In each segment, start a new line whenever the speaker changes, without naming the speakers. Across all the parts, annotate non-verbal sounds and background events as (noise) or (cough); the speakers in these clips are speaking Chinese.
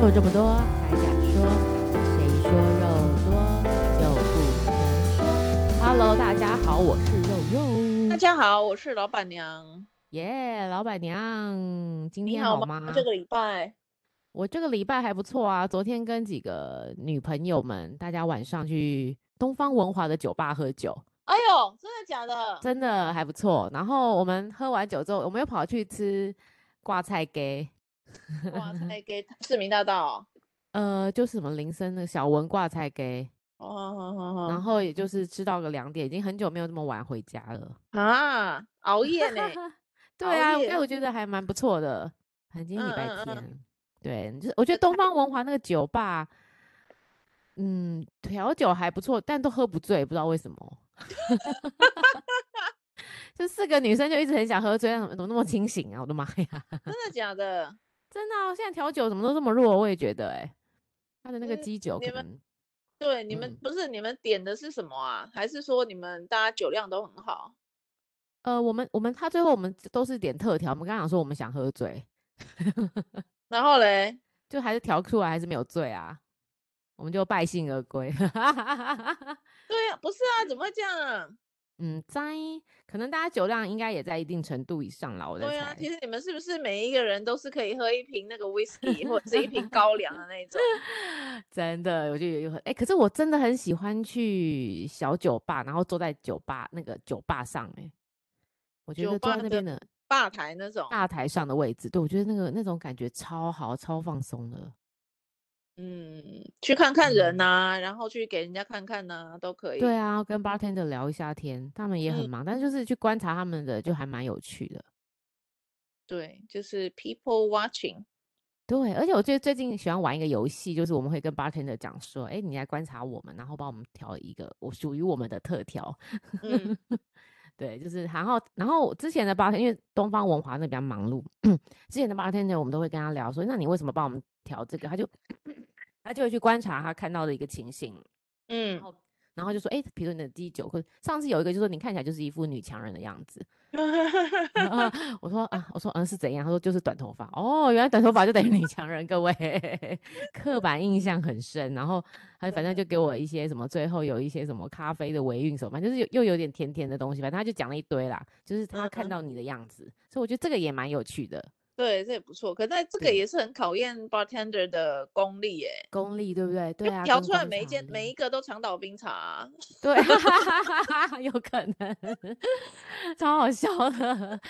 说这么多，还想说？谁说肉多就不能说？Hello，大家好，我是肉
大
肉。
家好，我是老板娘。
耶老板娘，今
你
天
好
吗？
这个礼拜
我这个礼拜还不错啊，昨天跟几个女朋友们，大家晚上去东方文华的酒吧喝酒，
哎呦，真的假的？
真的还不错。然后我们喝完酒之后，我们又跑去吃挂菜给， (laughs)
哇塞，给市民大道
呃，就是什么林森的小文挂菜给，
哦，哦哦
然后也就是吃到个两点，已经很久没有这么晚回家了。？
哦啊，熬夜呢
对
熬
啊，
夜
哎，我觉得还蛮不错的。很今天礼拜
嗯嗯嗯
天，对，就是我觉得东方文华那个酒吧，嗯，调酒还不错，但都喝不醉，不知道为什么。 (laughs) 就四个女生就一直很想喝醉，但怎么那么清醒啊？我的妈呀！ (laughs)
真的假的？
真的、啊，现在调酒怎么都这么弱，我也觉得哎、他的那个
嗯
基酒
你
可
们
能
对，你们
嗯
不是你们点的是什么啊？还是说你们大家酒量都很好？
呃，我们我们他最后我们都是点特调，我们刚刚讲说我们想喝醉，
然后嘞，
就还是调出来还是没有醉啊，我们就败兴而归。 (laughs)
对呀、不是啊，怎么会这样啊？
嗯，在可能大家酒量应该也在一定程度以上啦，我在
对啊，
猜。
其实你们是不是每一个人都是可以喝一瓶那个 whisky 或者是一
(laughs)
瓶高粱的那一种？
(laughs) 真的，我就有哎、可是我真的很喜欢去小酒吧，然后坐在酒吧那个酒吧上哎、我觉
酒
得坐
吧
在那
的
边的
吧台那种？
大台上的位置，对我觉得那个那种感觉超好，超放松的。
嗯，去看看人
嗯
呐、然后去给人家看看呐、都可
对
以。
啊，跟 bartender 聊一下天，他们也很
嗯，
忙，但就是去观察他们的，就还蛮有趣的。
对，就是 people watching。
对，而且我最最近喜欢玩一个游戏，就是我们会跟 bartender 讲说，哎，你来观察我们，然后帮我们调一个我属于我们的特调。 (laughs)
嗯
对，就是然后然后之前的 bartender 因为东方文华那比较忙碌， (clears throat) 之前的 bartender 我们都会跟他聊说，那你为什么帮我们调这个？他就 (clears throat) 他就会去观察他看到的一个情形，然
嗯，
后然后就说，哎，比如你的第酒，或者上次有一个就说你看起来就是一副女强人的样子，啊， (laughs) 我说啊，我说嗯是怎样？他说就是短头发。哦，原来短头发就等于女强人，各位 (laughs) 刻板印象很深。然后他反
真
正
的
就给我一些什么，最后有一些什么咖啡的尾韵什么，反正就是又又有点甜甜的东西。反正他就讲了一堆啦，就是他
嗯
看
嗯，
到你的样子，所以我觉得这个也蛮有趣的。
(laughs) 对，这也不错。可但这个
对，
也是很考验 bartender 的功力耶，
功力对不对？
因
对
为
啊，
调
跟
出来
观
每一
察
件每
力。
一个都长岛冰茶啊、
对， (laughs) 有可能，超好笑的，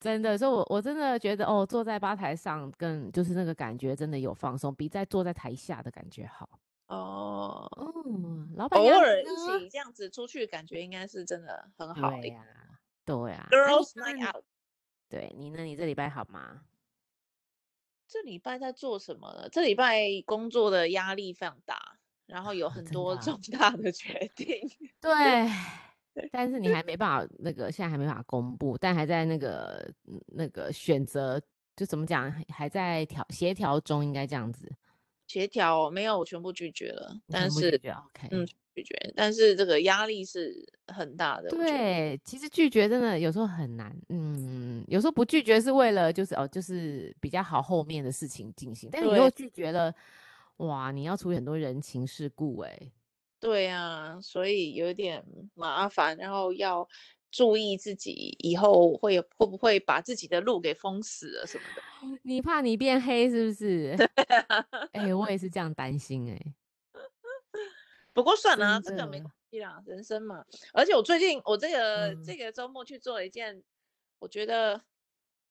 真的。所以我，我真的觉得，哦，坐在吧台上跟就是那个感觉真的有放松，比在坐在台下的感觉好。
哦，
嗯，老板
偶
娘
尔
你
一
呢？
起这样子出去，感觉应该是真的很好
对啊
诶。
呀、对呀、那你
Girls
那
night
你
out，
对你呢？你这礼拜好吗？
这礼拜在做什么呢？这礼拜工作的压力非常大，然后有
啊，
很
真的
多 (laughs)
啊，
重大的决定。
对，但是你还没办法，那个现在还没办法公布，但还在那个嗯那个选择，就怎么讲，还在调协调中，应该这样子。
协调没有，我全部拒绝了。
你
但
全部拒
是，
绝
嗯，
，OK？
拒绝，但是这个压力是很大的，我觉得。
对，其实拒绝真的有时候很难，嗯，有时候不拒绝是为了就是哦，就是比较好后面的事情进行，但是你如果
对
拒绝了，哇，你要处理很多人情世故、哎，
对啊，所以有点麻烦，然后要注意自己以后会有会不会把自己的路给封死了什么的。
(laughs) 你怕你变黑是不是？ (laughs) 哎、我也是这样担心、哎， (laughs)
不过算了啊，
真
这个没关
的，
系啦，人生嘛。而且我最近我这个
嗯，
这个周末去做了一件我觉得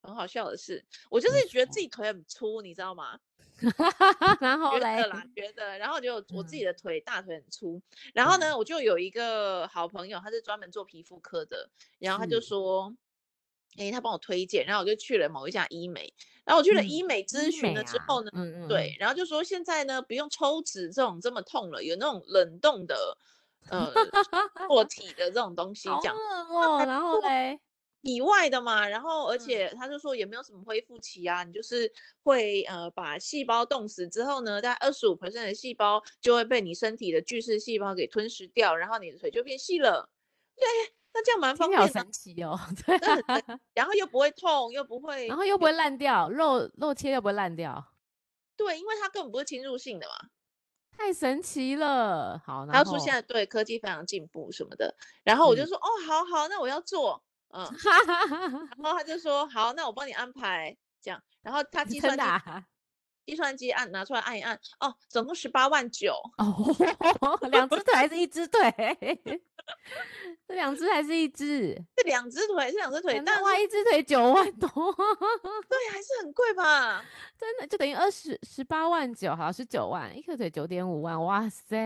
很好笑的事，我
嗯
就
怎么
是觉得自
说？
己腿很粗，你知道吗？
(laughs) 然后
觉得
嘞，
啦，觉得，然后就我自己
嗯
的腿大腿很粗，然后
嗯，，
呢，我就有一个好朋友，他是专门做皮肤科的，然后他就是说，诶，他帮我推荐，然后我就去了某一家医美，然后我去了
嗯，
医美咨
医
询
美
了之
啊，
后呢，
嗯嗯嗯，
对，然后就说现在呢不用抽脂这种这么痛了，有那种冷冻的
(laughs)
呃做体的这种东西，
嗯好
这样
恶哦、然后嘞，
以外的嘛，然后而
嗯，
且他就说也没有什么恢复期啊，你就是会呃把细胞冻死之后呢，大概二十五的细胞就会被你身体的巨噬细胞给吞噬掉，然后你的腿就变细了。对，那这样蛮
听起
方
来好
便的，
神哦奇哦、 (laughs) 对
真的很神
啊。
然后又不会痛，又不
然
会
后又不会
有
烂掉，肉肉切掉不会烂掉。
对，因为它根本不是侵入性的嘛。
太神奇了。好，
他
然
说
后
现在对科技非常进步什么的，然后我就
嗯
说哦，好好，那我要做，嗯， (laughs) 然后他就说好，那我帮你安排这样，然后他计
真
算
的
机 (laughs)
啊、
计算机按拿出来按一按，哦，总共十八万九，
哦，两只腿还是一只腿？ (laughs) 这两只还是一只？
这两只腿，这两只腿，
两只
但
哇，
是
一只腿九万多， (laughs)
对还是很贵吧？
真的就等于二十十八万九，好十九万，一个腿九点五万，哇塞！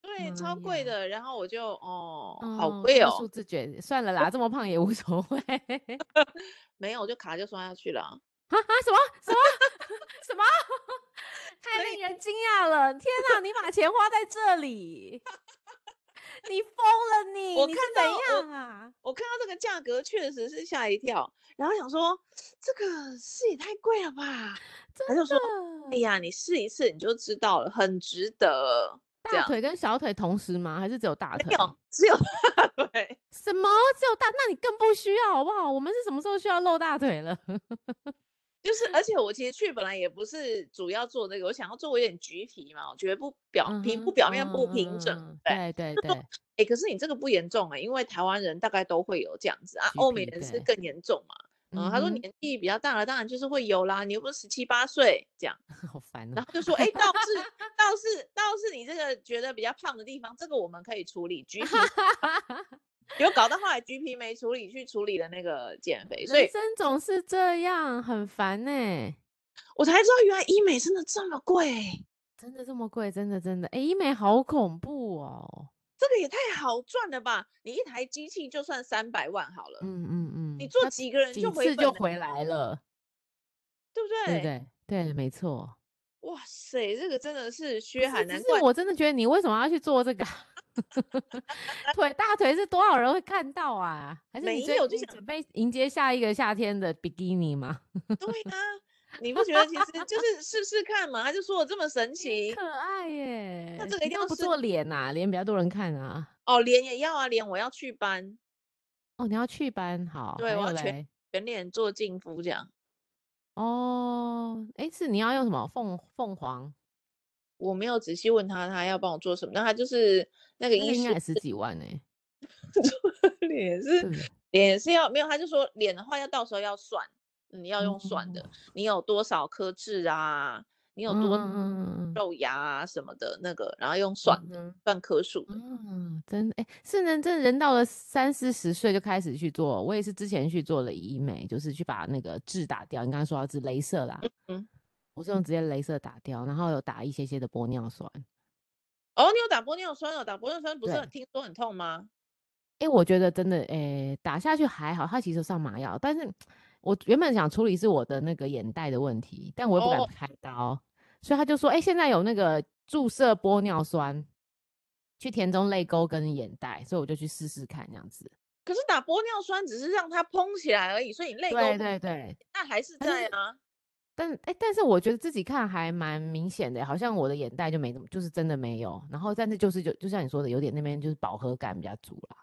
对，
妈
超贵
呀
的。然后我就哦，好
哦，
贵
这个
哦
数，字卷算了啦，这么胖也无所谓。 (laughs) 啊，
没有，我就卡就刷下去了啊。
什么什么 (laughs) 什么？ (laughs) 太
所以
令人惊讶了！天哪，你把钱花在这
(laughs)
里，你疯了你！
我
你是
看
怎
到我
样啊？
我看到这个价格确实是吓一跳，然后想说这个是也太贵了吧？
(laughs)
他
真
就
的
说，哎呀，你试一次你就知道了，很值得。这
大
样
腿跟小腿同时吗？还是只有大
没
腿？
有，只有 (laughs) 对，
什么只有大？那你更不需要好不好？我们是什么时候需要露大腿了？
就是而且我其实去本来也不是主要做这个，我想要做我有点橘皮嘛，我觉得不表
嗯
皮肤
哼
表面不
嗯
平整，
嗯
对。
对对对，
哎、可是你这个不严重哎、因为台湾人大概都会有这样子啊，
橘
欧美
皮
人是
对
更严重嘛。 (laughs) 嗯，他说
嗯
年纪比较大了，当然就是会有啦，你又不是十七八岁这样，
哼好烦哦
然。后就说，哎、倒是倒是倒是你这个觉得比较胖的地方，这个我们可以处理，橘皮有搞到后来橘皮没处理，去处理了那个减
(laughs)
肥， (laughs) 所
人
以
生总是这样，很烦呢、
我才知道原来医美真的这么贵，
真的这么贵？真的真的，哎、医美好恐怖哦。
这个也太好赚了吧！你一台机器就算三百万好了，
嗯嗯嗯，
你做
那
几个人
几
就回
次
本
就
了，
回来了，
对不
对不对？对，没错。
哇塞，这个真的是
不
薛
是，
海，
只
难
是
怪
我真的觉得你为什么要去做这个 (laughs) 啊？腿大腿是多少人会看到啊？还是
没
你最
有就
你
想
准备迎接下一个夏天的比基尼吗？ (laughs)
对啊，你不觉得其实就是试试看嘛？他就说我这么神奇
可爱耶！
这个
你
一定
干嘛
要
不
是
做脸啊，脸比较多人看啊。
哦，脸也要啊，脸我要去斑，
哦，你要去斑好，
对
还
我
有
要全
嘞，
全脸做净肤这样，
哦，哎，是你要用什么凤凤凰？
我没有仔细问他他要帮我做什么，那他就是那个
那个
医
应该
师
也十几万呢、
(laughs) 脸
对
也是
不对？
脸也是要没有，他就说脸的话要到时候要算，你要用算的，
哦
你有多少颗痣啊，你有
嗯
多
嗯嗯嗯
肉芽啊什么的那个，然后用算的
嗯
算颗数的。
嗯嗯，真的哎，是人真的人到了三四十岁就开始去做，我也是之前去做了医美，就是去把那个痣打掉。你刚刚说到是镭射啦，
嗯
我是用直接镭射打掉，然后有打一些些的玻尿酸。
哦，你有打玻尿酸哦，打玻尿酸不是
对
很听说很痛吗？
哎、我觉得真的，哎、打下去还好，它其实有上麻药，但是我原本想处理是我的那个眼袋的问题，但我又不敢
哦
开刀，所以他就说，哎、现在有那个注射玻尿酸去填充泪沟跟眼袋，所以我就去试试看这样子。
可是打玻尿酸只是让它嘭起来而已，所以你泪沟
对对对，
那还是
但
在
是
啊。
但哎、但是我觉得自己看还蛮明显的，好像我的眼袋就没怎么，就是真的没有，然后但是就是就就像你说的，有点那边就是饱和感比较足啦。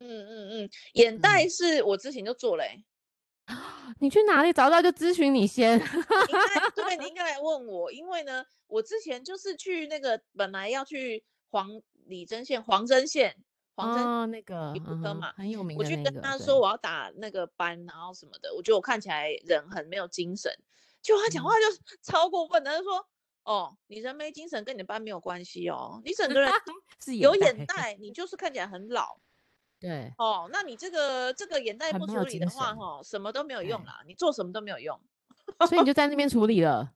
嗯嗯嗯，眼袋是我之前就做了、欸，
你去哪里找到就咨询你 (laughs) 先。
你应该对，你应该来问我，因为呢，我之前就是去那个本来要去黄李针线、黄针线、黄针
哦，那个
皮肤科
嗯哼
嘛
很有名
我
的
去
那
跟
个，
他
对
说我要打那个斑，然后什么的，我觉得我看起来人很没有精神，结果他讲
嗯
话就 (laughs) 超过分的，他就说：“哦，你人没精神跟你的斑没有关系哦，你整
(laughs)
个人
是
有
袋
眼袋，你就是看起来很老
(laughs) 对，
哦。那你这个这个眼袋
很
不
没
处
有
理的
精
话，
神
哈，什么都没有用
对
啦，你做什么都没有用。”
所以你就在那边处理 (laughs) 了。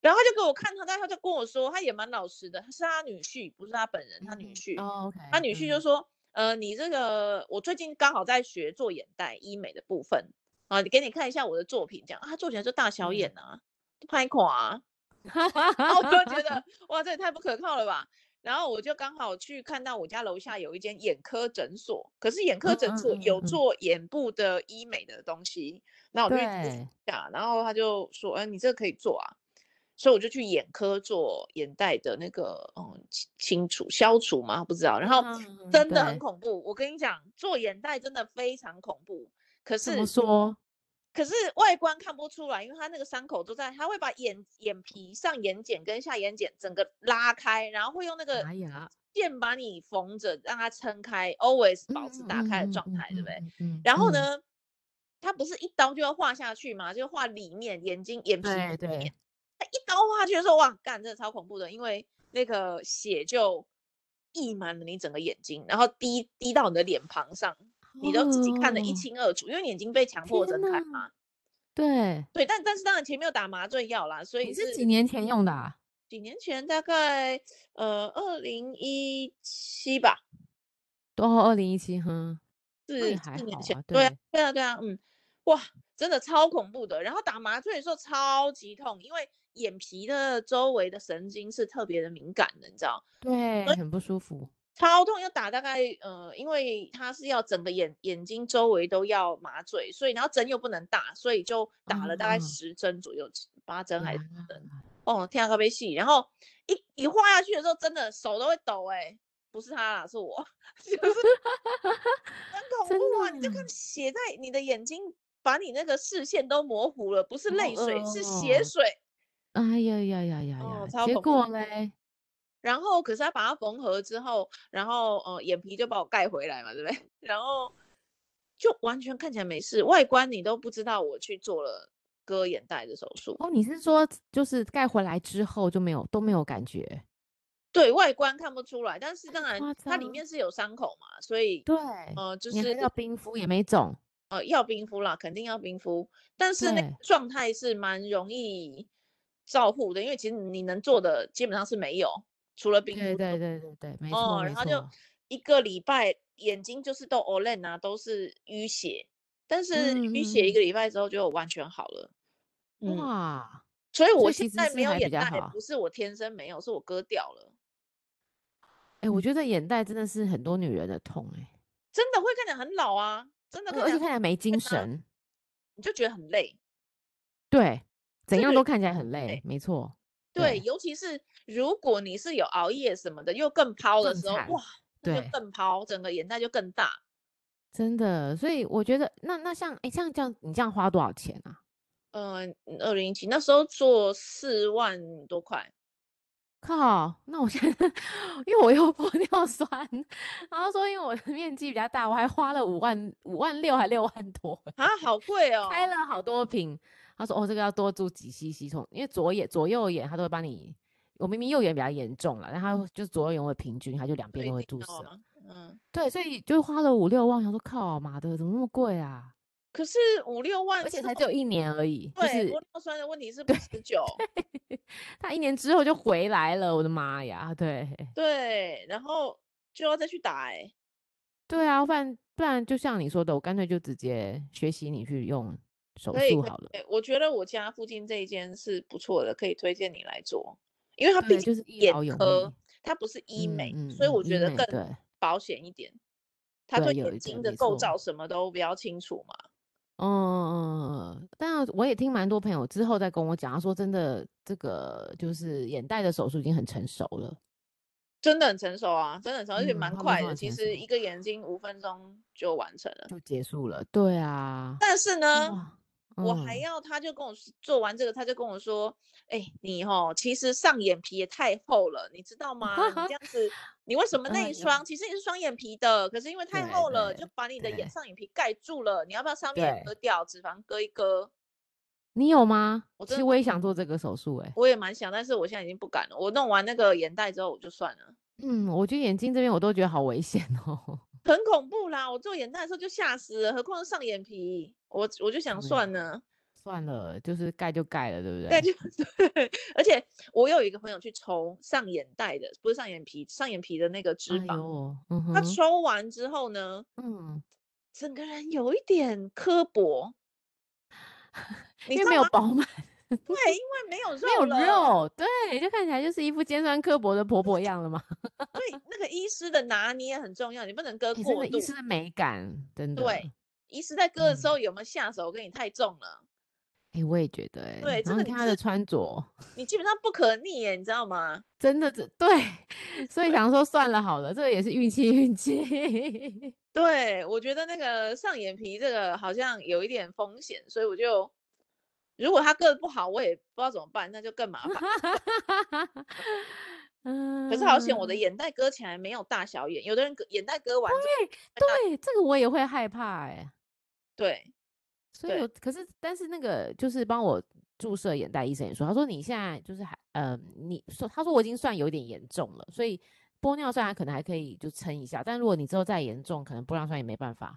然后他就给我看他，但他就跟我说，他也蛮老实的，他是他女婿，不是他本人，他女
嗯
婿。
哦，OK，
他女婿就
嗯
说：“呃，你这个我最近刚好在学做眼袋医美的部分啊，给你看一下我的作品，这样啊，他做起来就大小
嗯
眼啊，拍垮啊。” (laughs) 然
哦 (laughs)
后我就觉得哇，这也太不可靠了吧。然后我就刚好去看到我家楼下有一间眼科诊所，可是眼科
嗯
诊
嗯
所
嗯
有
嗯
做眼部的医美的东西，那我就去咨询
对
一下，然后他就说，哎，你这个可以做啊，所以我就去眼科做眼袋的那个嗯清清除消除嘛，不知道，然后
嗯
真的很
对
恐怖，我跟你讲，做眼袋真的非常恐怖，可
怎么
是
说？
可是外观看不出来，因为它那个伤口都在，它会把眼眼皮上眼睑跟下眼睑整个拉开，然后会用那个
哎呀，
线把你缝着，让它撑开，always 保持打开的状态，对不对？
嗯？嗯
然后？
嗯
呢，它不是一刀就要画下去嘛，就画里面眼睛眼皮
对
里
对
面它一刀划去的时候，哇，干，真的超恐怖的，因为那个血就溢满了你整个眼睛，然后滴滴到你的脸庞上，你都自己看得一
哦
清二楚，因为你眼睛被强迫
天
睁开
呐
嘛。
对，
对，但但是当然前面有打麻醉药啦，所以
你是
是
几年前用的啊？
几年前，大概呃二零一七吧，
都二零一七，哼，那
是
也还
四年
好
前
啊，。
对啊
对，
对啊，对啊，嗯，哇，真的超恐怖的。然后打麻醉的时候超级痛，因为眼皮的周围的神经是特别的敏感的，你知道，
对，很不舒服。
超痛，要打大概呃，因为它是要整个眼眼睛周围都要麻醉，所以然后针又不能打，所以就打了大概
嗯嗯
十针左右，八针还是
哇
等哦，天啊，咖啡细。然后一一画下去的时候，真的手都会抖哎、不是他啦，是我， (laughs)
(laughs)
就是很恐
真
怖啊！
的
你就看
啊
血在你的眼睛，把你那个视线都模糊了，不是
好
泪水，是血
恶
水。
哎呀呀呀呀
哦
呀！
超
结
恐怖
果嘞，
然后可是他把它缝合之后，然后呃眼皮就把我盖回来嘛，对不 (laughs) 对？然后就完全看起来没事，外观你都不知道我去做了割眼袋的手术。
哦，你是说就是盖回来之后就没有都没有感觉？
对外观看不出来，但是当然
夸
它里
张
面是有伤口嘛，所以
对，
呃就
哦你还
是
要冰敷也没肿。
呃要冰敷啦，肯定要冰敷，但是那个
对
状态是蛮容易照护的，因为其实你能做的基本上是没有，除了冰
对
敷之
对
外。
对对对，没错
哦，
没
然后就
错。
一个礼拜眼睛就是都 o l e n 啊，都是淤血，但是
嗯
淤血一
嗯
个礼拜之后就完全好了。嗯，
哇，
所以
所
我
以
现
其实
在
是
没有
还比
眼
较
袋，
好
不是我天生没有，是我割掉了，
哎，
嗯
我觉得眼袋真的是很多女人的痛哎，
真的会看起来很老啊，真的
而
看
呃而
起
且
来
看起来没精神，
你就觉得很累。
对，怎
这
样
个
都看起来很
对
累，没错，对，
对，尤其是如果你是有熬夜什么的，又更抛的
更
时候，
惨，
哇，那就
对。
更抛，整个眼袋就更大。
真的，所以我觉得那那像哎，像这样你这样花多少钱啊？
嗯、呃，二零一七那时候做四万多块，
靠，那我现在因为我又玻尿酸，然后说因为我的面积比较大，我还花了五万五万六还六万多，
啊，好贵哦。
(laughs) 开了好多瓶。他说哦，这个要多注几 cc 从，因为左眼左右眼他都会帮你，我明明右眼比较严重了，然后就是左右眼会平均，他就两
对
边都
一
会
定
注
要
射。
啊嗯，
对，所以就花了五六万，想说靠妈的，怎么那么贵啊？
可是五六万
而且
之
才只
后，
有一年而已，就
对
是
玻尿酸的问题是不持久，
他一年之后就回来了，我的妈呀！对
对，然后就要再去打、欸，
对啊，不然不然就像你说的，我干脆就直接学习你去用手
可以
术
可以
好了。
可以，我觉得我家附近这一间是不错的，可以推荐你来做，因为它毕
对，就
竟
是一
眼
劳永
科
逸。，
它不是医
嗯
美，
嗯
所以
嗯，
我
医
觉得
美
更
对
保险一点。它对
对啊有
眼
一个
睛的
没
构
错。
造什么都比较清楚嘛。
嗯，但我也听蛮多朋友之后再跟我讲，他说真的，这个就是眼袋的手术已经很成熟了。
真的很成熟啊，真的很成熟，而且
嗯，
蛮
他们
快
说
的。
很
其
成
实
熟嗯
一个眼睛五分钟就完成了。
就结束了。呃对啊，
但是呢，
哇，
我还
嗯，
要他就跟我说做完这个，他就跟我说：“哎、你哦，其实上眼皮也太厚了，你知道吗？你这样子，你为什么那
(laughs) 哎
一
呦，
双其实也是双眼皮的，可是因为太
对
厚了，就
对
把你的眼
对
上眼皮盖住了。你要不要上面也
对，
割掉，脂肪割一割？
你有吗？
我
其
真
实
的
我也想做这个手术、欸，
我也蛮想，但是我现在已经不敢了。我弄完那个眼袋之后，我就算了，
嗯，我觉得眼睛这边我都觉得好危险哦。 (laughs)
很恐怖啦。我做眼袋的时候就吓死了，何况是上眼皮，我我就想
对，
算了。”
算了，就是盖就盖了，对不
对，
嗯对？
就对， (laughs) 而且我有一个朋友去抽上眼袋的，不是上眼皮，上眼皮的那个脂
哎
肪，
呦，嗯
他
哼，
抽完之后呢，
嗯，
整个人有一点刻
(laughs)
薄，你
因为
知道
没有
吗？
饱 (laughs) 满，
对，因为没有
没
肉
有
了，
肉，对，就看起来就是一副尖酸刻薄的婆婆样了嘛。
所以那个医师的拿捏很重要，你不能割
哎、真
过
的，医
度。
师的美感，真的，
对，医师在割的时
嗯，
候有没有下手，我跟你太重了。
哎、我也觉得、欸，
对这
然后
个
你
你
看他
是
的穿着，
你基本上不可逆耶，你知道吗？
真的这对，所以想说算了好了，这个也是运气 (laughs) 运气。
对，我觉得那个上眼皮这个好像有一点风险，所以我就如果它割得不好，我也不知道怎么办，那就更麻烦。
嗯，
可是好
(laughs)
险，我的眼袋割起来没有大小眼，有的人割眼袋割完之后，
对这个我也会害怕哎、
对，
所以
对
有，可是但是那个就是帮我注射眼袋医生也说，他说你现在就是还呃，你说他说我已经算有点严重了，所以玻尿酸还可能还可以就撑一下，但如果你之后再严重，可能玻尿酸也没办法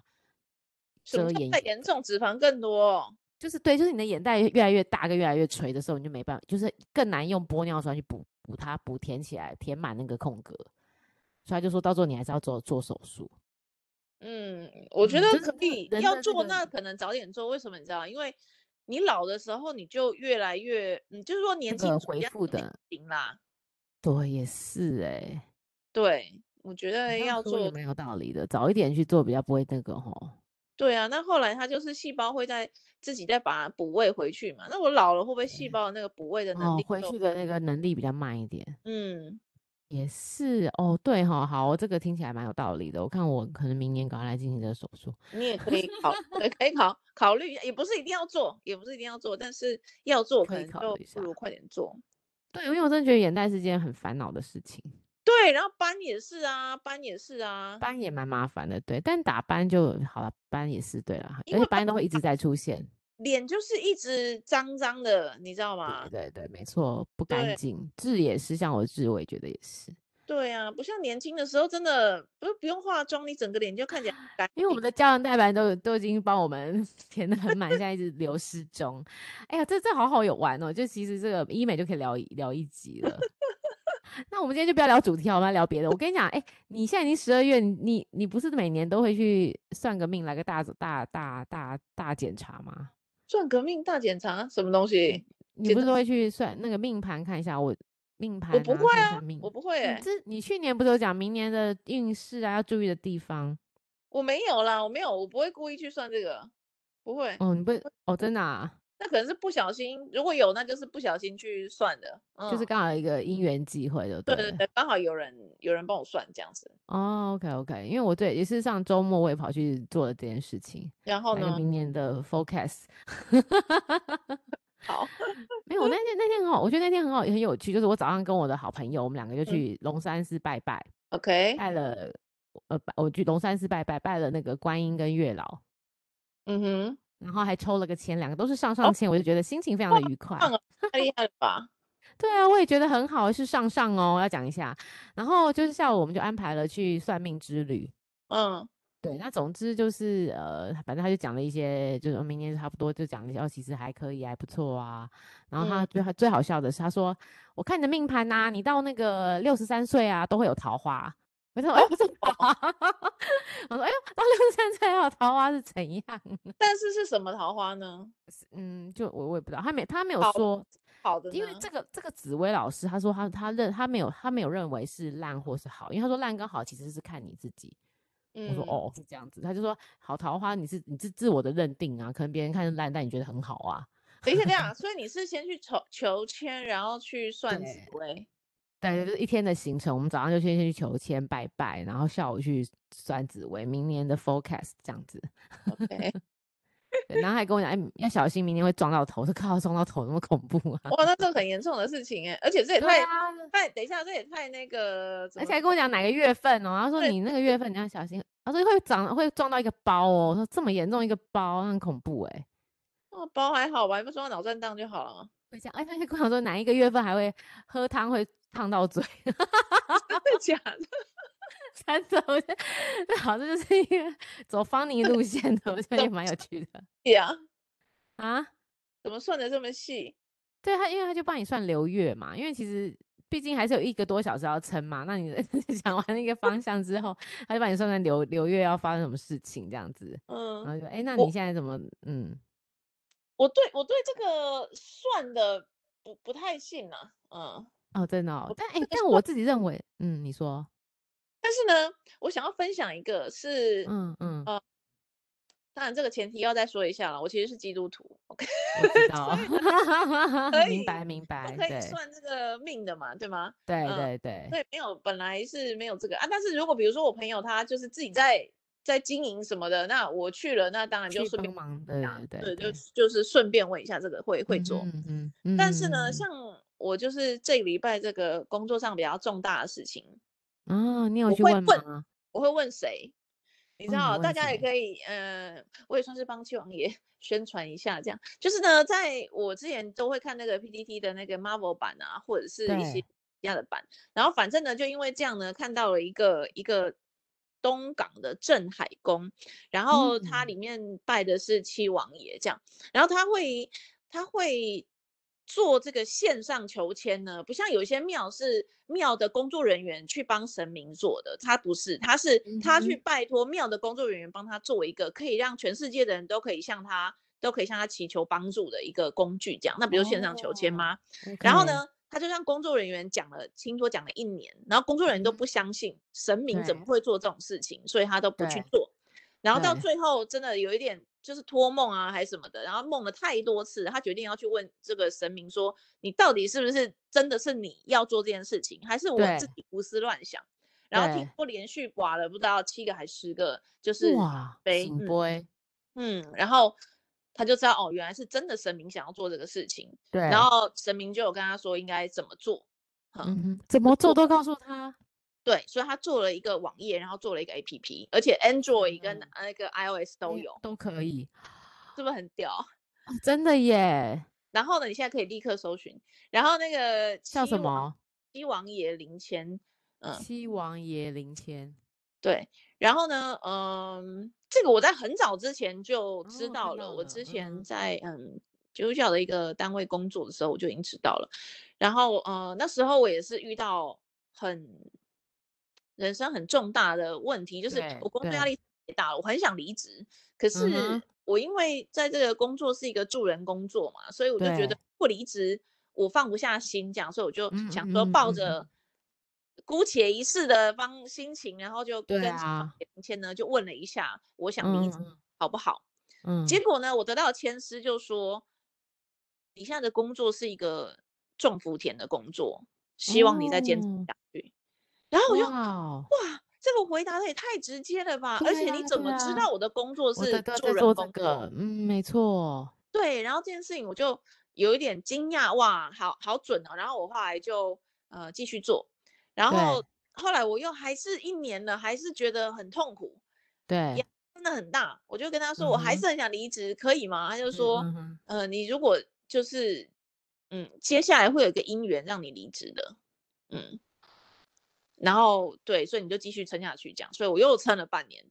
什么
遮
叫
掩
再
眼，
严重，脂肪更多。
就是对，就是你的眼袋越来越大跟越来越垂的时候，你就没办法，就是更难用玻尿酸去补补它补填起来，填满那个空格。所以他就说到时候你还是要做做手术，
嗯，我觉
嗯
得
就是
可
那个
以，
人
要
的那
做
个
那可能早点做，为什么你知道？因为你老的时候你就越来越，嗯，就是说年
那
轻
个
主
回
要
复
不
的，
行啦。
对，也是哎、
欸对，我觉
好
得
像
要
说也
做，
蛮有道理的，早一点去做比较不会那个吼。
对啊。那后来它就是细胞会在自己再把它补位回去嘛。那我老了会不会细
对
胞的那个补位的能
哦
力，
回
就
去的那个能力比较慢一点，
嗯，
也是哦，对哈、好，这个听起来蛮有道理的。我看我可能明年赶快来进行这个手术。
你也可以考，对，可以考考虑一下，也不是一定要做，也不是一定要做，但是要做
可
可
以
能
考
就
虑一
不
下
如快点做。
对，因为我真的觉得眼袋是件很烦恼的事情，
对，然后斑也是啊，斑也是啊，
斑也蛮麻烦的，对。但打斑就好了，斑也是对了，
因
而
为
且斑都会一直在出现。
脸就是一直脏脏的，你知道吗
对？对对，没错，不干
对
净，痣也是，像我的痣，我也觉得也是。
对啊，不像年轻的时候，真的不不用化妆，你整个脸就看起来很干
因为我
净。
们的胶原蛋白都都已经帮我们 (laughs) 填的很满，现在一直流失中。哎呀，这这好好有玩哦！就其实这个医美就可以聊一聊一集了。 (laughs) 那我们今天就不要聊主题好吗？我们来聊别的。我跟你讲，哎，你现在已经十二月，你你不是每年都会去算个命，来个大大大大大检查吗？
算革命大检查什么东西？
你
检
不是
查
都会去算那个命盘看一下我命盘、啊，
我不会
看一
啊
下，命
我。不会
你
欸，
这你去年不是有讲明年的运势啊，要注意的地方
我没有啦，我没有，我不会故意去算这个，不会。
哦？你不哦，真的、啊。
那可能是不小心，如果有，那就是不小心去算的。嗯，
就是刚好一个因缘际会，就
对
对
对
了。
对，刚好有人有人帮我算这样子。
哦，OK OK，因为我对也是上周末我也跑去做了这件事情，
然后
来个
哦呢？
明年的
(laughs)
forecast。
好，
没有，那天那天很好，我觉得那天很好，也很有趣。就是我早上跟我的好朋友，我们两个就
嗯
去龙山寺拜拜，
，OK，
拜了呃，拜我去龙山寺拜拜，拜了那个观音跟月老，
嗯哼，
然后还抽了个签，两个都是上上签，我就觉得心情非常的愉快。
哦棒哦，太厉害了吧？
对啊，我也觉得很好，是上上哦，要讲一下。然后就是下午我们就安排了去算命之旅。 (laughs)
嗯，
对，那总之就是呃，反正他就讲了一些，就是呃明年差不多就讲了一些，哦，其实还可以，还不错啊。然后他
嗯
最、最好笑的是，他说：“我看你的命盘呐、你到那个六十三岁啊，都会有桃花。”我
哦
说：“哎、不是桃花。” (laughs) 我说：“哎呦，到六十三岁还有桃花是怎样？
但是是什么桃花呢？
嗯，就我我也不知道，他没他没有
好
说，
好的
因为
呢？
这个这个紫薇老师他说他他认他没有他没有认为是烂或是好，因为他说烂跟好其实是看你自己。”我说
嗯，
哦，是这样子。他就说好桃花，你是你是自我的认定啊，可能别人看是烂，但你觉得很好啊。
等一下，等一下，所以你是先去求求签，然后去算紫
对
薇，
对，就是一天的行程，我们早上就先去求签拜拜，然后下午去算紫薇，明年的 forecast 这样子。 (laughs)
OK，
对，然后还跟我讲，哎，要小心，明年会撞到头。我说靠，撞到头那么恐怖啊！
哇，那这很严重的事情哎，而且这也
对
太
啊，
太，等一下，这也太那个，怎
而
么
且还跟我讲哪个月份哦，他说
对
你那个月份你要小心，他说会长会撞到一个包哦，我说这么严重一个包，很恐怖哎、
哦，包还好吧，还不说脑震荡就好了。
会这样，哎，他还跟我 (laughs) 说哪一个月份还会喝汤会烫到嘴。
真的假
(laughs)
的？
三走，我觉得 (laughs) 那好，这就是一个走方宁路线的，我觉得也蛮有趣的
呀、
(laughs) 啊。
怎么算的这么细？
对他，因为他就帮你算流月嘛，因为其实毕竟还是有一个多小时要撑嘛。那 (laughs) 你讲完那个方向之后，他就帮你算算流流月要发生什么事情这样子，然
嗯，
后就哎、诶那
我
你现在怎么嗯？
我对我对这个算的不不太信啊。嗯，
哦，真的、哦，但哎、
这个
但我自己认为，嗯，你说，嗯 (laughs)
但是呢，我想要分享一个是
嗯嗯，
当然，这个前提要再说一下了，我其实是基督徒，OK，
我知道， (laughs)
可
明
以
白明白，
可
哎
以
对哎
算这个命的嘛，对吗？
对
嗯
对对，
对，没有，本来是没有这个啊。但是如果比如说我朋友他就是自己在在经营什么的，那我去了，那当然就
去
顺
帮
便
忙，对
啊
对
对，就
对，
是就是顺便问一下这个会会
嗯
做。
哼嗯哼
但是呢，
嗯
像我就是这个礼拜这个工作上比较重大的事情，
啊，你有
我
去
会
问
问
吗？
我会问谁？你知
嗯
道，
问
大家也
谁
可以，呃，我也算是帮七王爷 (laughs) 宣传一下，这样就是呢，在我之前都会看那个 PTT 的那个 Marvel 版啊，或者是一
对
些其他的版，然后反正呢，就因为这样呢，看到了一个一个东港的镇海宫，然后它
嗯
里面拜的是七王爷这样，然后他会他会做这个线上求签呢，不像有一些庙是庙的工作人员去帮神明做的，他不是，他是他去
嗯
拜托庙的工作人员帮他做一个可以让全世界的人都可以向他都可以向他祈求帮助的一个工具，这样，那不就线上求签
哦
吗？然后
，OK，
呢，他就让工作人员讲了，听说讲了一年，然后工作人员都
嗯
不相信神明怎么
对
会做这种事情，所以他都不去
对
做。然后到
对
最后，真的有一点就是托梦啊，还是什么的，然后梦了太多次，他决定要去问这个神明说：“你到底是不是真的是你要做这件事情，还是我自
对
己胡思乱想？”然后听
对
说连续刮了不知道七个还十个，就是
哇，
杯，
醒
嗯
杯，
嗯，然后他就知道哦，原来是真的神明想要做这个事情。
对，
然后神明就有跟他说应该怎么做，哈、
嗯哼，怎么做都告诉他，
对，所以他做了一个网页，然后做了一个 APP，而且 Android 跟
嗯
那个 iOS (laughs) 都
哎
有，
都可以，
是不是很屌？
哦真的耶，
然后呢，你现在可以立刻搜寻，然后那个
叫
七
什
王
么？
七王爷灵签，嗯，
七王爷灵签，
对，然后呢，嗯，这个我在很早之前就知
哦，
道
看
了，
到
我
了，
之前
嗯
在嗯基督教的一个单位工作的时候，我就已经知道了。然后呃，那时候我也是遇到很人生很重大的问题，就是
对
我工作压
对
力太大了，我很想离职，可
嗯哼
是我因为在这个工作是一个助人工作嘛，所以我就觉得
对，
不离职我放不下心，这样，所以我就
嗯
想说
嗯嗯
抱
嗯
着
嗯，
姑且一试的方心情，然后就
对
跟前
啊，
签呢就问了一下，我想离
嗯
职
嗯
好不好？结
嗯，
果呢，我得到的签师就说，你现在的工作是一个种福田的工作，希望你再坚持
哦，
下去。然后我就
哇哦，
哇，这个回答的也太直接了吧！而
对
且你
啊对
怎么知
啊，
道我的工作
我
是
的哥
助
在
人
做这
工作？
个，嗯，没错，
对，然后这件事情我就有一点惊讶，哇，好好准哦。然后我后来就呃继续做，然后
对
后来我又还是一年了，还是觉得很痛苦，
对，
真的很大。我就跟他说，
嗯
我还
哼，
是很想离职，可以吗？他就
嗯
说，
嗯哼，
呃，你如果就是嗯，接下来会有一个姻缘让你离职的，嗯，然后对，所以你就继续撑下去，这样。所以我又撑了半年，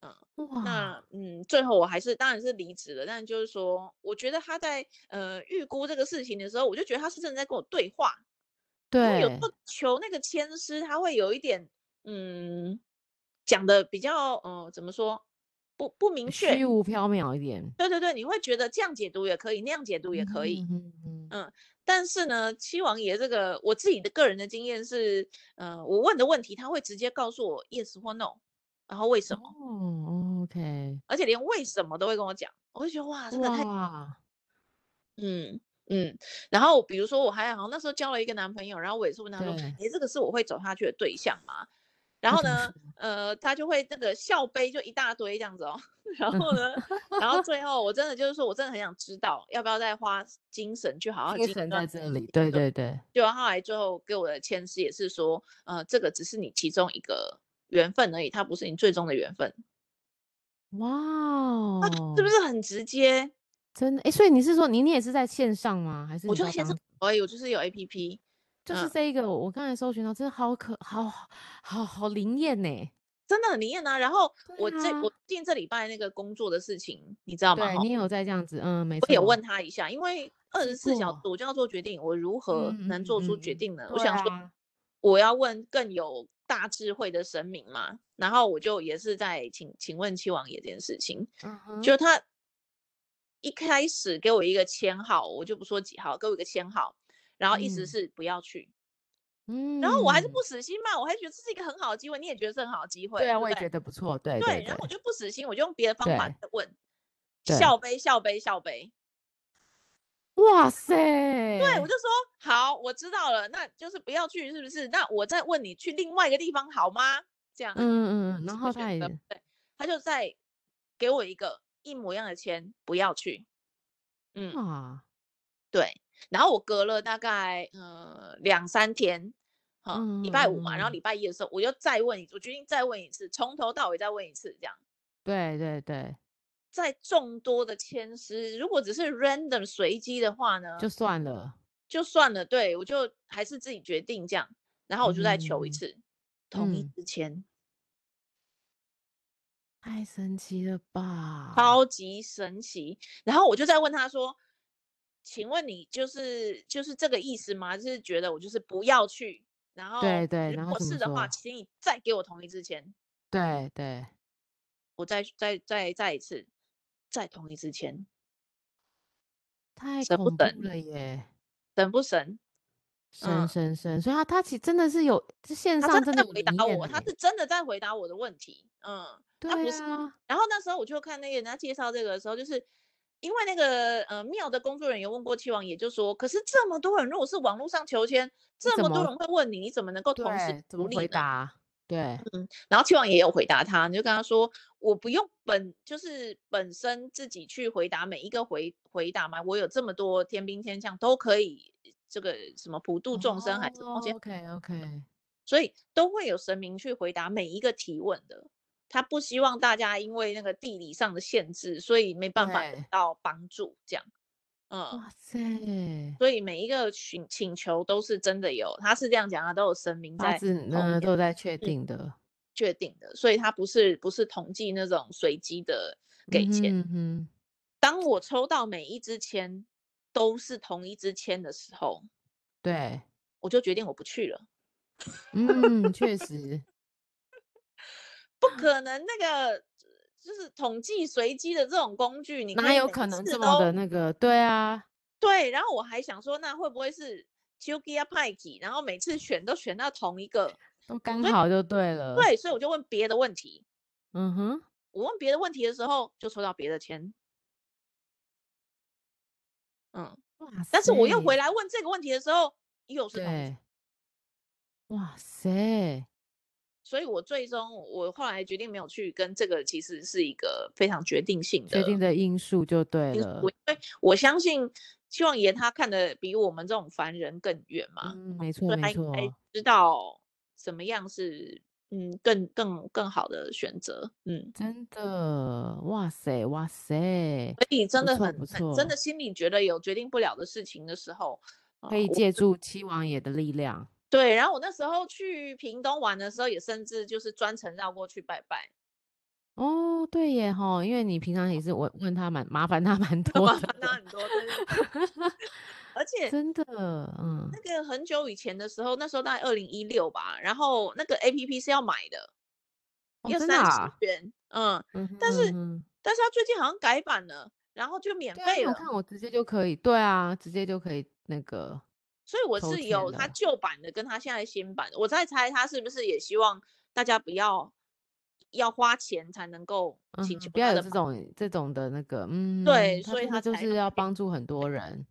嗯。那
哇，
嗯，最后我还是当然是离职了，但就是说，我觉得他在呃预估这个事情的时候，我就觉得他是真的在跟我对话，因为有时
对
候求那个签师，他会有一点嗯讲的比较呃怎么说不不明确，
虚无缥缈一点，
对对对，你会觉得这样解读也可以，那样解读也
嗯
可以，
哼嗯哼
嗯，但是呢，七王爷这个我自己的个人的经验是，呃，我问的问题他会直接告诉我 yes 或 no，然后为什
嗯，
么，
哦，OK，
而且连为什么都会跟我讲，我就觉得哇，这个太
哇，
嗯嗯，然后比如说我还好像那时候交了一个男朋友，然后我也是问他说，
对，
诶，这个是我会走下去的对象吗？然
他
后
怎么
呢，
(laughs) 说？
呃，他就会那个笑杯就一大堆这样子哦， (laughs) 然
嗯，(laughs)
后呢，然后最后我真的就是说我真的很想知道要不要再花精神去好好
精
经
神
营
在这里，对对对，
就后来最后给我的签师也是说，呃，这个只是你其中一个缘分而已，它不是你最终的缘分，
哇
是不
哦，
是很直接？
真的，哎，所以你是说你你也是在线上吗？还是
我
你
就
到
线上
当？
而已，我就是有 A P P，
就是
嗯，
这一个，我刚才搜寻到，真的好可，好好好灵验呢。
真的很灵验啊。然后
对
我这我
啊，
最近这礼拜那个工作的事情，你知道吗？
对
哈，
你也有在这样子，嗯，没
我也
错，
问他一下，因为二
结
十四小时
果，
我就要做决定，我如何
哦嗯
能
嗯
做出
嗯
决
嗯，
定呢？我
对
想说，
啊，
我要问更有大智慧的神明嘛。然后我就也是在请请问七王爷这件事情，
嗯哼，
就他一开始给我一个签号，我就不说几号，给我一个签号，然后意思
嗯，
是不要去。
嗯，
然后我还是不死心嘛，我还觉得这是一个很好的机会，你也觉得是很好的机会，
对啊，
不
我也
对
觉得不错，对
对，然后我就不死心，我就用别的方法
对
再问，
对
笑杯笑杯笑杯，
哇塞，
对我就说好，我知道了，那就是不要去，是不是？那我再问你去另外一个地方好吗？这样，
嗯嗯嗯，然
这
后
个
他
选
也
择不对，他就再给我一个一模一样的签，不要去，嗯，
啊，
对，然后我隔了大概呃两三天，哈、礼拜五嘛，然
嗯
后礼拜一的时候，我就再问一，我决定再问一次，从头到尾再问一次，这样，
对对对，
在众多的签师，如果只是 random 随机的话呢，
就算了，
就算了，对我就还是自己决定这样，然后我就再求一
嗯
次，同意
嗯
之前，
太神奇了吧？
超级神奇。然后我就再问他说：“请问你就是就是这个意思吗？就是觉得我就是不要去，然后
对对
如
然后
果
怎么
是的话，
说
请你再给我同意之前，
对对，
我再再再再一次，再同意之前，
太
神不
恐怖
神
了耶！
神不神？
神
嗯
神神，所以他他其实真的是有这线
他真
上
的
真
在
的有
回
灵
答
验
我，他
耶
是真的在回答我的问题，嗯。”他不
对
是
啊，
然后那时候我就看那个人家介绍这个的时候，就是因为那个呃庙的工作人员问过七王爷，就说，可是这么多人，如果是网络上求签，这
怎
么
么
多人会问你，你怎么能够同时
对，怎么
处理
回
呢？
答？对，
然后七王爷有回答他，你就跟他说，我不用本就是本身自己去回答每一个回回答嘛，我有这么多天兵天将都可以，这个什么普度众生还是冒
哦
险，
，OK OK，
所以都会有神明去回答每一个提问的。他不希望大家因为那个地理上的限制，所以没办法得
对
到帮助，这样，嗯，
哇塞，
所以每一个请请求都是真的有，他是这样讲，他都有神明
八
在
字
后
呢
面
都在确定的，
确定的，所以他不是不是统计那种随机的给
嗯
钱。
哼嗯
当我抽到每一支签都是同一支签的时候，
哼，对，
我就决定我不去了。
嗯，确实，啊
不可能，那个就是统计随机的这种工具， (laughs) 你可
哪
以
有
每
可
一
能
次
这么的
都
那个？对啊，
对。然后我还想说，那会不会是 Chugia p i k e 然后每次选都选到同一个？
都刚
所以
好就对了，
对，所以我就问别的问题。
嗯哼，
我问别的问题的时候，就抽到别的签。嗯，
哇
但是我又回
塞，
来问这个问题的时候，又是同一
对，哇塞，
所以我最终我后来决定没有去跟这个，其实是一个非常决定性
决
的
定的因素就对
因素，
了
因，为我相信希望爷他看的比我们这种凡人更远嘛，
嗯，没错
所以
没
他应该
错，
知道怎么样是嗯更更更好的选择，嗯，
真的，哇塞哇塞，
所以真
不
的
错
很
不
很真的
错，
心里觉得有决定不了的事情的时候，啊、
可以
我
借助七王爷的力量，
对，然后我那时候去屏东玩的时候，也甚至就是专程绕过去拜拜， (laughs)
哦，对耶吼，因为你平常也是问问他蛮麻烦他 (laughs) 蛮多
(laughs) 麻
的，
烦他很多，对对对，
(laughs)
而且。
真的，嗯，
那个很久以前的时候，那时候大概二零一六吧，然后那个 A P P 是要买的，
哦，
要
真的
三十
啊，
元，嗯，
嗯哼
但
嗯
是
哼，
但是它最近好像改版了，然后就免
对啊，因
费
为我
了，
看我直接就可以，对啊，直接就可以那个
所以我
抽
是
签啊
有它
了，
旧版的跟它现在新版的，我在猜它是不是也希望大家不要要花钱才能够
嗯
请求
哼，不要有
它的
这
版，
种这种的那个，嗯，
对，
他
所以
真的
它
就
才
是要
变
帮助很多人，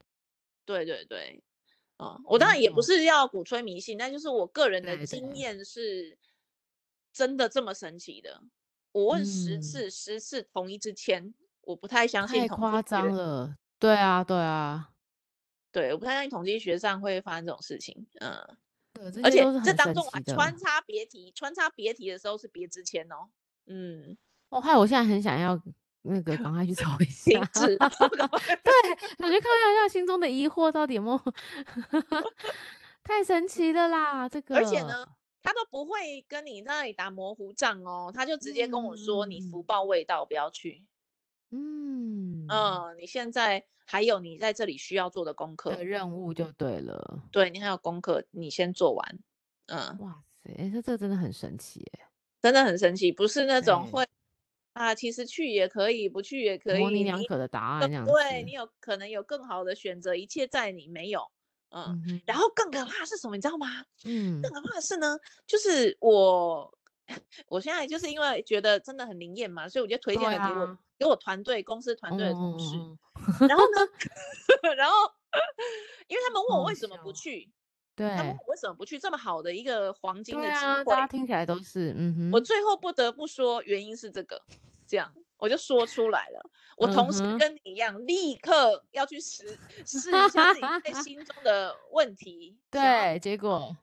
对对对，嗯，我当然也不
哦，
是要鼓吹迷信，但就是我个人的
对对，
经验是，真的这么神奇的。我问十
嗯，
次，十次同一支签，我不太相信
太
统计
夸张
学，
了，对啊，对啊，
对，我不太相信统计学上会发生这种事情。嗯，
对，啊这
而
些
且
都是
这
很
当
神
中我还
奇的。
穿插别题，穿插别题的时候是别支签哦。嗯，
我、哦害我现在很想要那个，赶快去找一下。
(laughs) 停
(laughs)
止，
对，我就看一下心中的疑惑到底有没有 (laughs) 太神奇了啦！这
而且
个，
呢，他都不会跟你那里打模糊仗哦，他就直接跟我说你福
嗯
报未到，不要去。
嗯嗯
嗯，你现在还有你在这里需要做的功
的
课，
任务就对了。
对你还有功课，你先做完。嗯，
哇塞，诶这这个真的很神奇耶！
真的很神奇，不是那种
对，
会啊，其实去也可以，不去也可
模棱
以，
两
你嗯
可的答
对
案这样
对，你
子。嗯
有可能有更好的选择，一切在你没有。嗯，
嗯哼，
然后更可怕的是什么，你知道吗？
嗯
更可怕的是呢，就是我 (laughs) 我现在就是因为觉得真的很灵验嘛，所以我就推荐
对
了给我、
啊
给我团队公司团队的同
嗯
事，
嗯嗯
然后
(laughs)
呢， (laughs) 然后因为他们问
好
我
好
为什么不
哦笑
去，他们
对
问我为什么不去这么好的一个黄金的
对
机
啊，
会，
大家听起来都是嗯
我
哼，
最后不得不说原因是这个，这样我就说出来了。我同事
嗯哼
跟你一样，立刻要去试试一下自己在心中的问题，想要
对，结果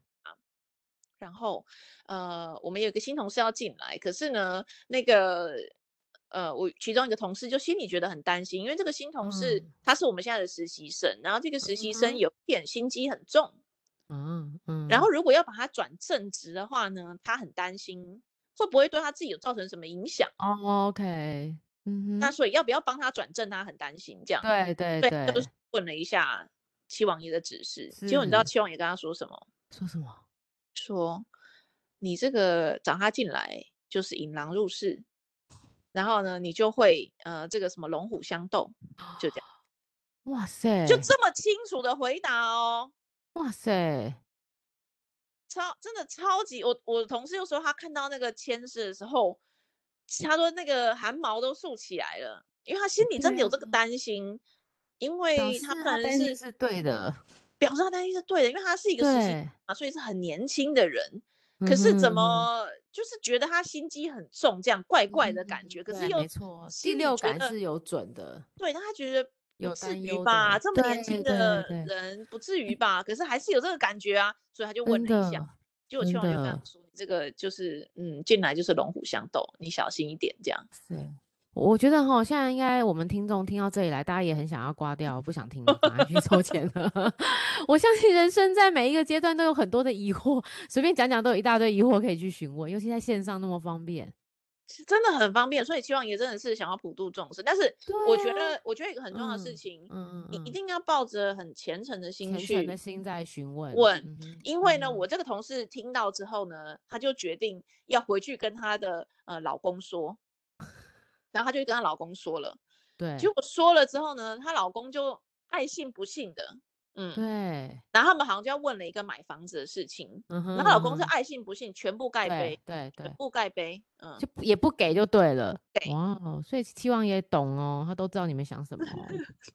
然后呃，我们有一个新同事要进来，可是呢，那个呃，我其中一个同事就心里觉得很担心，因为这个新同事、
嗯
他是我们现在的实习生，然后这个实习
嗯
生
哼
有点心机很重，
嗯嗯，
然后如果要把他转正职的话呢，他很担心会不会对他自己有造成什么影响，
哦 OK，嗯
那
哼，
所以要不要帮他转正，他很担心这样，
对对
所以就是
对，
问了一下七王爷的指示，结果你知道
是
七王爷跟他说什么？
说什么？
说你这个找他进来就是引狼入室，然后呢，你就会呃这个什么龙虎相斗，就这样，
哇塞，
就这么清楚的回答哦，
哇塞，
超真的超级，我我同事又说他看到那个签字的时候，他说那个汗毛都竖起来了，因为他心里真
对
的有这个
啊
担心，因
表
为
示
他本
他
人
担心
是
是对的，
表示他担心是对的，因为他是一个实习
对，
啊，所以是很年轻的人。可
嗯
是怎
哼嗯嗯哼
么就是觉得他心机很重，这样怪怪的感觉，可是
对
又
没错，第
心里
六
觉
感
得
是有准的，
对，但他觉得不
有
至
担
于
忧
吧，
的，
这么年轻
对对
的
对，
人不至于吧，可是还是有这个感觉啊，所以他就问
真
了一下，
的
结果
真
千万就跟他
的。
说，这个就是嗯，进来就是龙虎相斗，你小心一点这样。
是，我觉得哈，现在应该我们听众听到这里来，大家也很想要挂掉，不想听了，赶快去收钱了。 (laughs) 我相信人生在每一个阶段都有很多的疑惑，随便讲讲都有一大堆疑惑可以去询问，尤其在线上那么方便。
是真的很方便，所以希望也真的是想要普度众生。但是
对
我觉
啊，
得，我觉得一个很重要的事
嗯
情，
嗯
你一
嗯嗯，
定要抱着很虔诚的心
虔诚的
去
心在询问，
问，
嗯哼
因为呢，我
嗯
这个同事听到之后呢，她就决定要回去跟她的呃老公说，然后她就跟她老公说了，结
对
果说了之后呢，她老公就爱信不信的，嗯，
对，
然后他们好像就要问了一个买房子的事情，
嗯
然
哼
后她老
嗯
公是
哼，
爱信不信，全部盖
对
杯，
对
全
对，
部盖杯，嗯，
就不也不给就对了。
对
哇哦，所以期望也懂哦，他都知道你们想什么哦。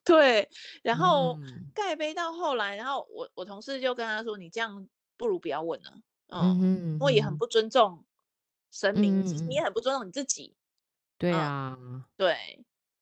对， (laughs) 然后
嗯
盖杯到后来，然后我我同事就跟他说：“你这样不如不要问了，
嗯
嗯，
哼嗯
因为也很
哼。
不尊重神明，其实
嗯
你
嗯，
也很不尊重你自己，
对
嗯，
啊，
对，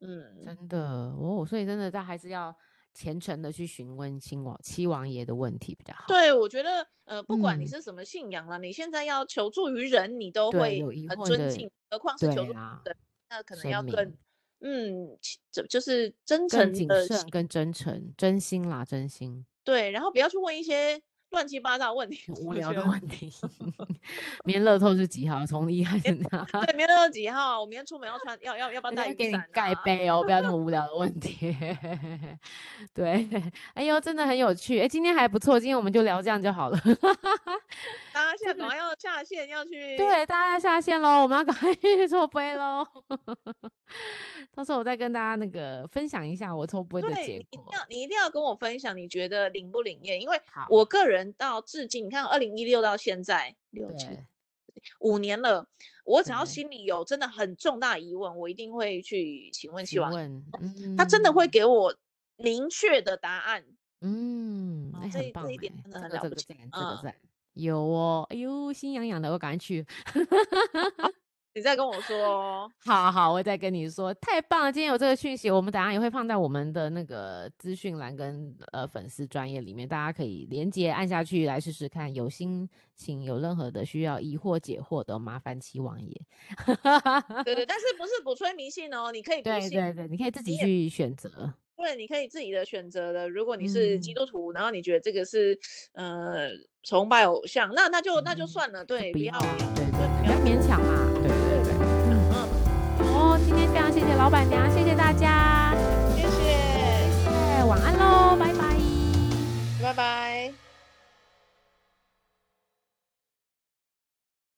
嗯，
真的哦，所以真的，他还是要虔诚的去询问亲王七王爷的问题比较好。
对，我觉得呃，不管你
嗯，
是什么信仰啦，你现在要求助于人，你都
对，
会
有疑
很
惑
尊
的，
敬，何况是求
对
助于
啊，
人，那可能
神
要
明
更嗯，其就就是真
更
诚
谨
的
慎、更真诚、真心啦，真心
对，然后不要去问一些乱七八糟的问题，
很 (laughs) 无
我
聊
觉
的
得。”
问
(laughs)
题。 (laughs) 明天乐透是几号？从一开始拿，
对，明天要几号？我明天出门要穿，要要要不要
人家
带
会
雨
给你
伞
盖
啊？
杯哦，不要那么无
(laughs)
聊的问题。 (laughs) 对，哎呦，真的很有趣。哎，今天还不错，今天我们就聊这样就好了。
大家现
这
在
个 (laughs)
赶快要下线，要去。
对，大家要下线喽，我们要赶快去抽杯喽。 (laughs) 到时候我再跟大家那个分享一下我抽杯的
对
结
你一定
果。
要，你一定要跟我分享，你觉得灵不灵验？因为
好，
我个人到至今，你看二零一六到现在六七
对
五年了，我只要
对，
心里有真的很重大疑问，我一定会去请问希
询
望，
问，
啊他真的会
嗯
给我明确的答案
嗯，
啊，
哎，
这
很
一这
棒
一点
哎，
真
这
的很
个
了
这
不
个
起，
赞，这个
嗯，
赞有哦，哎呦，心痒痒的，我赶快去。
你再跟我说哦，
好好，我再跟你说，太棒了！今天有这个讯息，我们等下也会放在我们的那个资讯栏跟呃粉丝专业里面，大家可以连接按下去来试试看。有心情有任何的需要疑惑解惑的，麻烦七王爷。
对
(laughs)
对，但是不是鼓吹迷信哦，你可以不
对
信，
对对，你可以自
你
己
也。
去选择。
对，你可以自己的选择的。如果你是基
嗯
督徒，然后你觉得这个是呃崇拜偶像，那那就那就
嗯，
算了。
就
对，
不
不
要
要不
啊，对对对，不
要，对，不要
要
去
勉强啦。对对
对，
对，
不要勉强。
嗯，
嗯。
哦，今天非常谢谢老板。啊嗯